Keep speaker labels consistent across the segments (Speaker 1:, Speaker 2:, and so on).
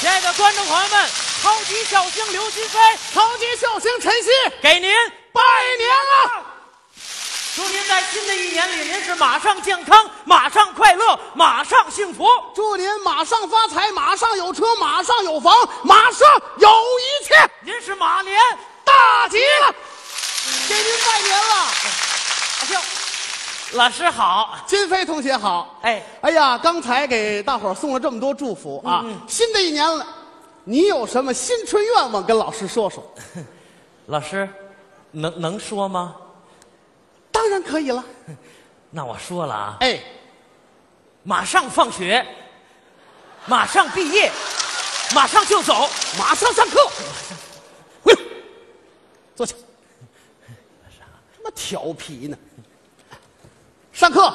Speaker 1: 亲爱的观众朋友们，超级小星刘金飞
Speaker 2: 超级寿星晨曦
Speaker 1: 给您
Speaker 2: 拜年啊了！
Speaker 1: 祝您在新的一年里，您是马上健康，马上快乐，马上幸福。
Speaker 2: 祝您马上发财，马上有车，马上有房，马上有一切，
Speaker 1: 您是马年，
Speaker 2: 大吉了！给您拜年了，
Speaker 1: 哎呦，老师好，
Speaker 2: 金飞同学好。
Speaker 1: 哎，
Speaker 2: 哎呀，刚才给大伙儿送了这么多祝福啊！新的一年了，你有什么新春愿望跟老师说说？
Speaker 1: 老师，能能说吗？
Speaker 2: 当然可以了。
Speaker 1: 那我说了啊，
Speaker 2: 哎，
Speaker 1: 马上放学，马上毕业，马上就走，
Speaker 2: 马上上课，回来坐下。这么调皮呢？上课，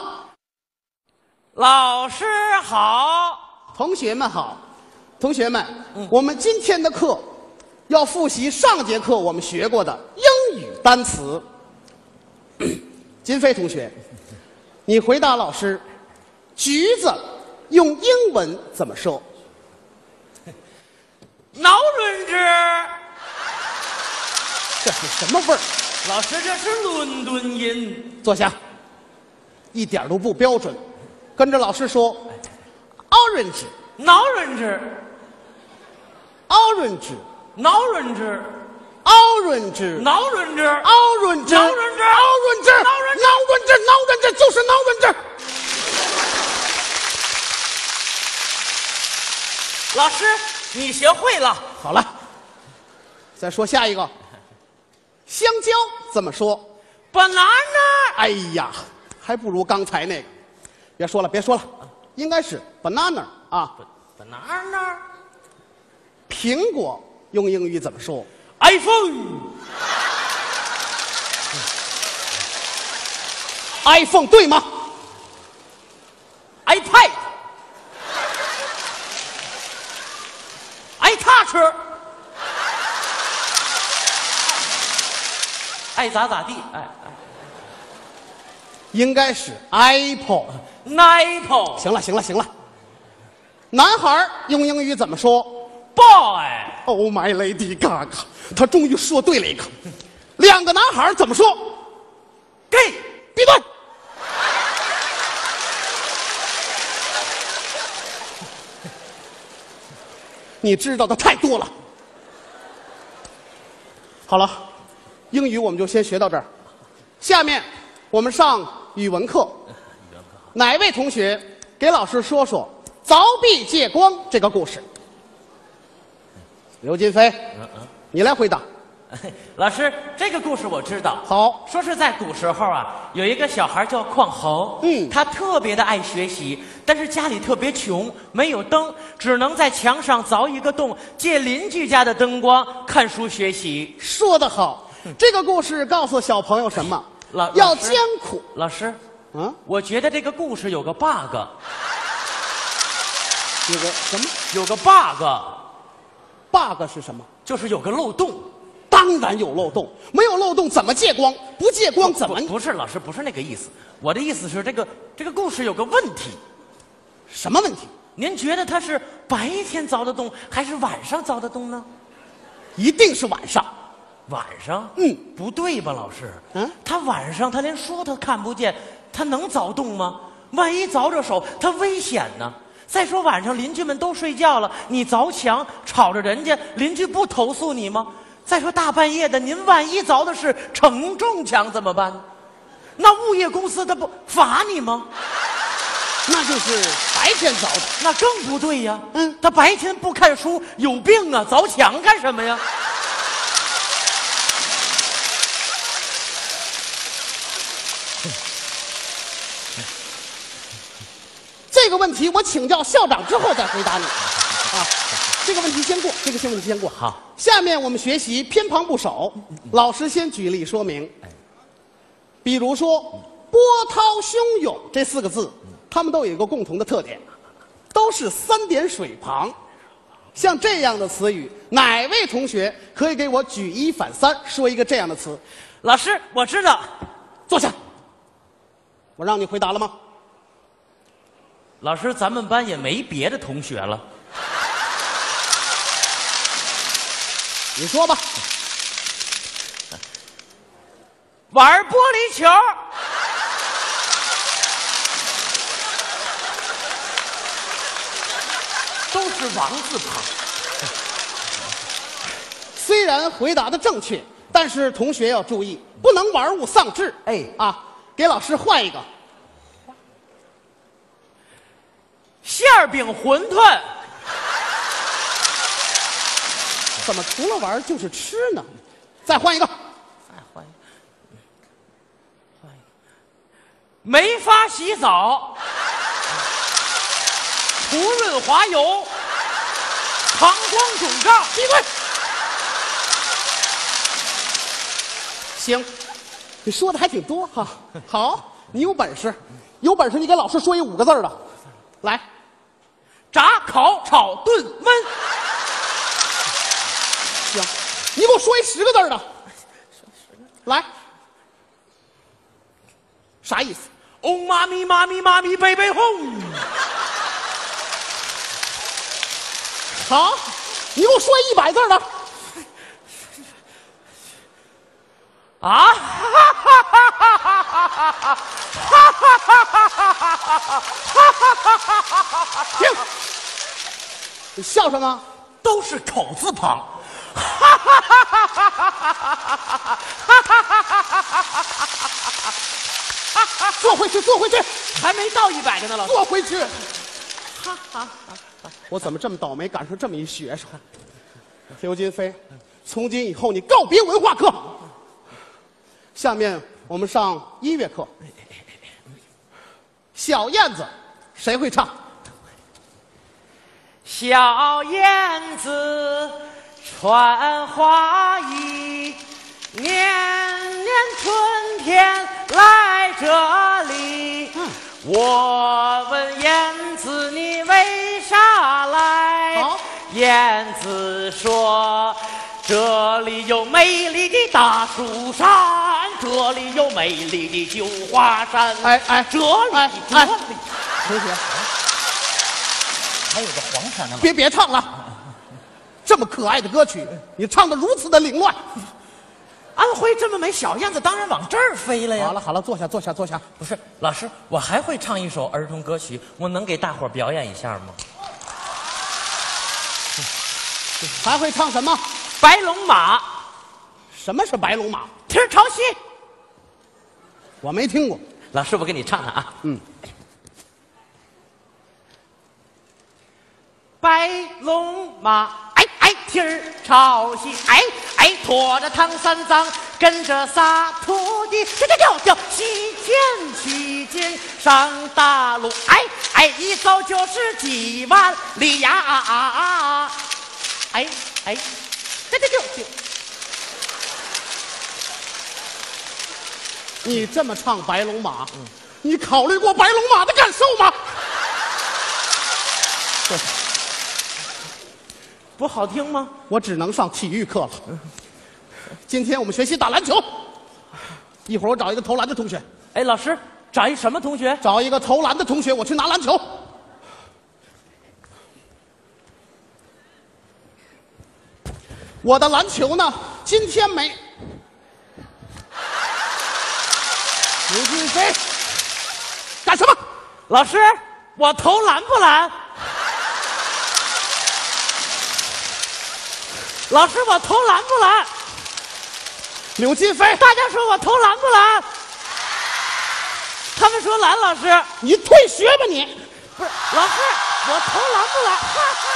Speaker 1: 老师好，
Speaker 2: 同学们好，同学们，我们今天的课要复习上节课我们学过的英语单词。金飞同学，你回答老师，橘子用英文怎么说？
Speaker 1: 脑轮子。
Speaker 2: 这是什么味儿？
Speaker 1: 老师，这是伦敦音。
Speaker 2: 坐下，一点都不标准。跟着老师说，orange
Speaker 1: 挠人吃，
Speaker 2: orange
Speaker 1: 挠人吃，
Speaker 2: orange
Speaker 1: 挠人吃。
Speaker 2: orange orange orange
Speaker 1: 挠
Speaker 2: orange
Speaker 1: 人吃
Speaker 2: orange orange 就是 orange。
Speaker 1: 老师，你学会了。
Speaker 2: 好了，再说下一个，香蕉怎么说？
Speaker 1: 本来呢，
Speaker 2: 哎呀，还不如刚才那个。别说了，别说了，应该是 banana 啊，
Speaker 1: 本来呢
Speaker 2: 苹果用英语怎么说？
Speaker 1: ，iPhone
Speaker 2: iPhone 对吗？
Speaker 1: iPad iTouch，爱咋咋地，哎
Speaker 2: 应该是 Apple。
Speaker 1: 哎，Apple
Speaker 2: 行了，行了，行了。男孩儿用英语怎么说
Speaker 1: Boy
Speaker 2: ？Oh my lady Gaga，他终于说对了一个。两个男孩儿怎么说？
Speaker 1: Gay
Speaker 2: 闭嘴！ 你知道的太多了。好了，英语我们就先学到这儿。下面我们上语文课。哪位同学给老师说说凿壁借光这个故事？刘金飞，你来回答。
Speaker 1: 老师，这个故事我知道。
Speaker 2: 好，
Speaker 1: 说是在古时候啊，有一个小孩叫匡衡，
Speaker 2: 嗯
Speaker 1: 他特别的爱学习，但是家里特别穷，没有灯，只能在墙上凿一个洞，借邻居家的灯光看书学习。
Speaker 2: 说得好。这个故事告诉小朋友什么
Speaker 1: 老？
Speaker 2: 要
Speaker 1: 老师
Speaker 2: 艰苦。
Speaker 1: 老师，
Speaker 2: 嗯，
Speaker 1: 我觉得这个故事有个 bug，
Speaker 2: 那个什么
Speaker 1: 有个 bug，
Speaker 2: bug 是什么？
Speaker 1: 就是有个漏洞。
Speaker 2: 当然有漏洞，没有漏洞怎么借光？不借光怎么
Speaker 1: 不？不是老师，不是那个意思。我的意思是，这个这个故事有个问题。
Speaker 2: 什么问题？
Speaker 1: 您觉得他是白天凿的洞，还是晚上凿的洞呢？
Speaker 2: 一定是晚上。
Speaker 1: 晚上？
Speaker 2: 嗯，
Speaker 1: 不对吧，老师？
Speaker 2: 嗯
Speaker 1: 他晚上他连书他看不见，他能凿洞吗？万一凿着手，他危险呢。再说晚上邻居们都睡觉了，你凿墙吵着人家，邻居不投诉你吗？再说大半夜的，您万一凿的是承重墙怎么办？那物业公司他不罚你吗？
Speaker 2: 那就是白天凿的。
Speaker 1: 那更不对呀。
Speaker 2: 嗯
Speaker 1: 他白天不看书，有病啊！凿墙干什么呀？
Speaker 2: 这个问题我请教校长之后再回答你。啊，这个问题先过，这个新问题先过。
Speaker 1: 好，
Speaker 2: 下面我们学习偏旁部首。老师先举例说明，比如说“波涛汹涌”这四个字，它们都有一个共同的特点，都是三点水旁。像这样的词语，哪位同学可以给我举一反三，说一个这样的词？
Speaker 1: 老师，我知道。
Speaker 2: 坐下。我让你回答了吗？
Speaker 1: 老师，咱们班也没别的同学了。
Speaker 2: 你说吧，
Speaker 1: 玩玻璃球，都是王字旁。
Speaker 2: 虽然回答的正确，但是同学要注意，不能玩物丧志。
Speaker 1: 哎
Speaker 2: 啊，给老师换一个，
Speaker 1: 馅儿饼馄饨，
Speaker 2: 怎么除了玩就是吃呢？再换一个，
Speaker 1: 再换一个，换一个，没法洗澡，涂润滑油，膀胱肿胀，
Speaker 2: 闭嘴。行，你说的还挺多哈。好，你有本事，有本事你给老师说一五个字儿的，来，
Speaker 1: 炸、烤、炒、炖、焖，
Speaker 2: 行，你给我说一十个字儿的，来，啥意思？
Speaker 1: 嗡哦妈咪妈咪妈咪贝贝哄。
Speaker 2: 好，你给我说一百字儿的，
Speaker 1: 啊！
Speaker 2: 停！你笑什么？
Speaker 1: 都是口字旁。
Speaker 2: 坐回去，坐回去，
Speaker 1: 还没到一百个呢，老师。
Speaker 2: 坐回去。我怎么这么倒霉，赶上这么一学生？刘金飞，从今以后你告别文化课。下面我们上音乐课。小燕子，谁会唱？
Speaker 1: 小燕子穿花衣，年年春天来这里。我问燕子，你为啥来？
Speaker 2: 好
Speaker 1: 燕子说：“这里有美丽的大蜀山，这里有美丽的九华山。
Speaker 2: 哎哎
Speaker 1: 这里，
Speaker 2: 哎
Speaker 1: 这
Speaker 2: 哎
Speaker 1: 里，
Speaker 2: 同学，
Speaker 1: 还有个皇上呢。”
Speaker 2: 别别唱了，这么可爱的歌曲，你唱的如此的凌乱。
Speaker 1: 安徽这么美，小燕子当然往这儿飞了呀。
Speaker 2: 好了好了，坐下坐下坐下。
Speaker 1: 不是老师，我还会唱一首儿童歌曲，我能给大伙儿表演一下吗？
Speaker 2: 还会唱什么？
Speaker 1: 白龙马，
Speaker 2: 什么是白龙马？
Speaker 1: 听朝夕。
Speaker 2: 我没听过。
Speaker 1: 老师，我给你唱唱啊。嗯。白龙马，哎哎，蹄儿朝西，哎哎，驮着唐三藏，跟着仨徒弟，跳跳跳跳，西天取经上大路，哎哎，一走就是几万里呀、哎哎，跳跳跳跳。
Speaker 2: 你这么唱白龙马，你考虑过白龙马的感受吗？
Speaker 1: 不好听吗？
Speaker 2: 我只能上体育课了。今天我们学习打篮球，一会儿我找一个投篮的同学，
Speaker 1: 哎，老师，找一什么同学？
Speaker 2: 找一个投篮的同学，我去拿篮球。我的篮球呢？今天没。刘俊飞，干什么？
Speaker 1: 老师，我投篮不篮？老师，我投篮不篮？
Speaker 2: 刘金飞，
Speaker 1: 大家说我投篮不篮？他们说篮，老师
Speaker 2: 你退学吧你！
Speaker 1: 不是老师，我投篮不篮？哈哈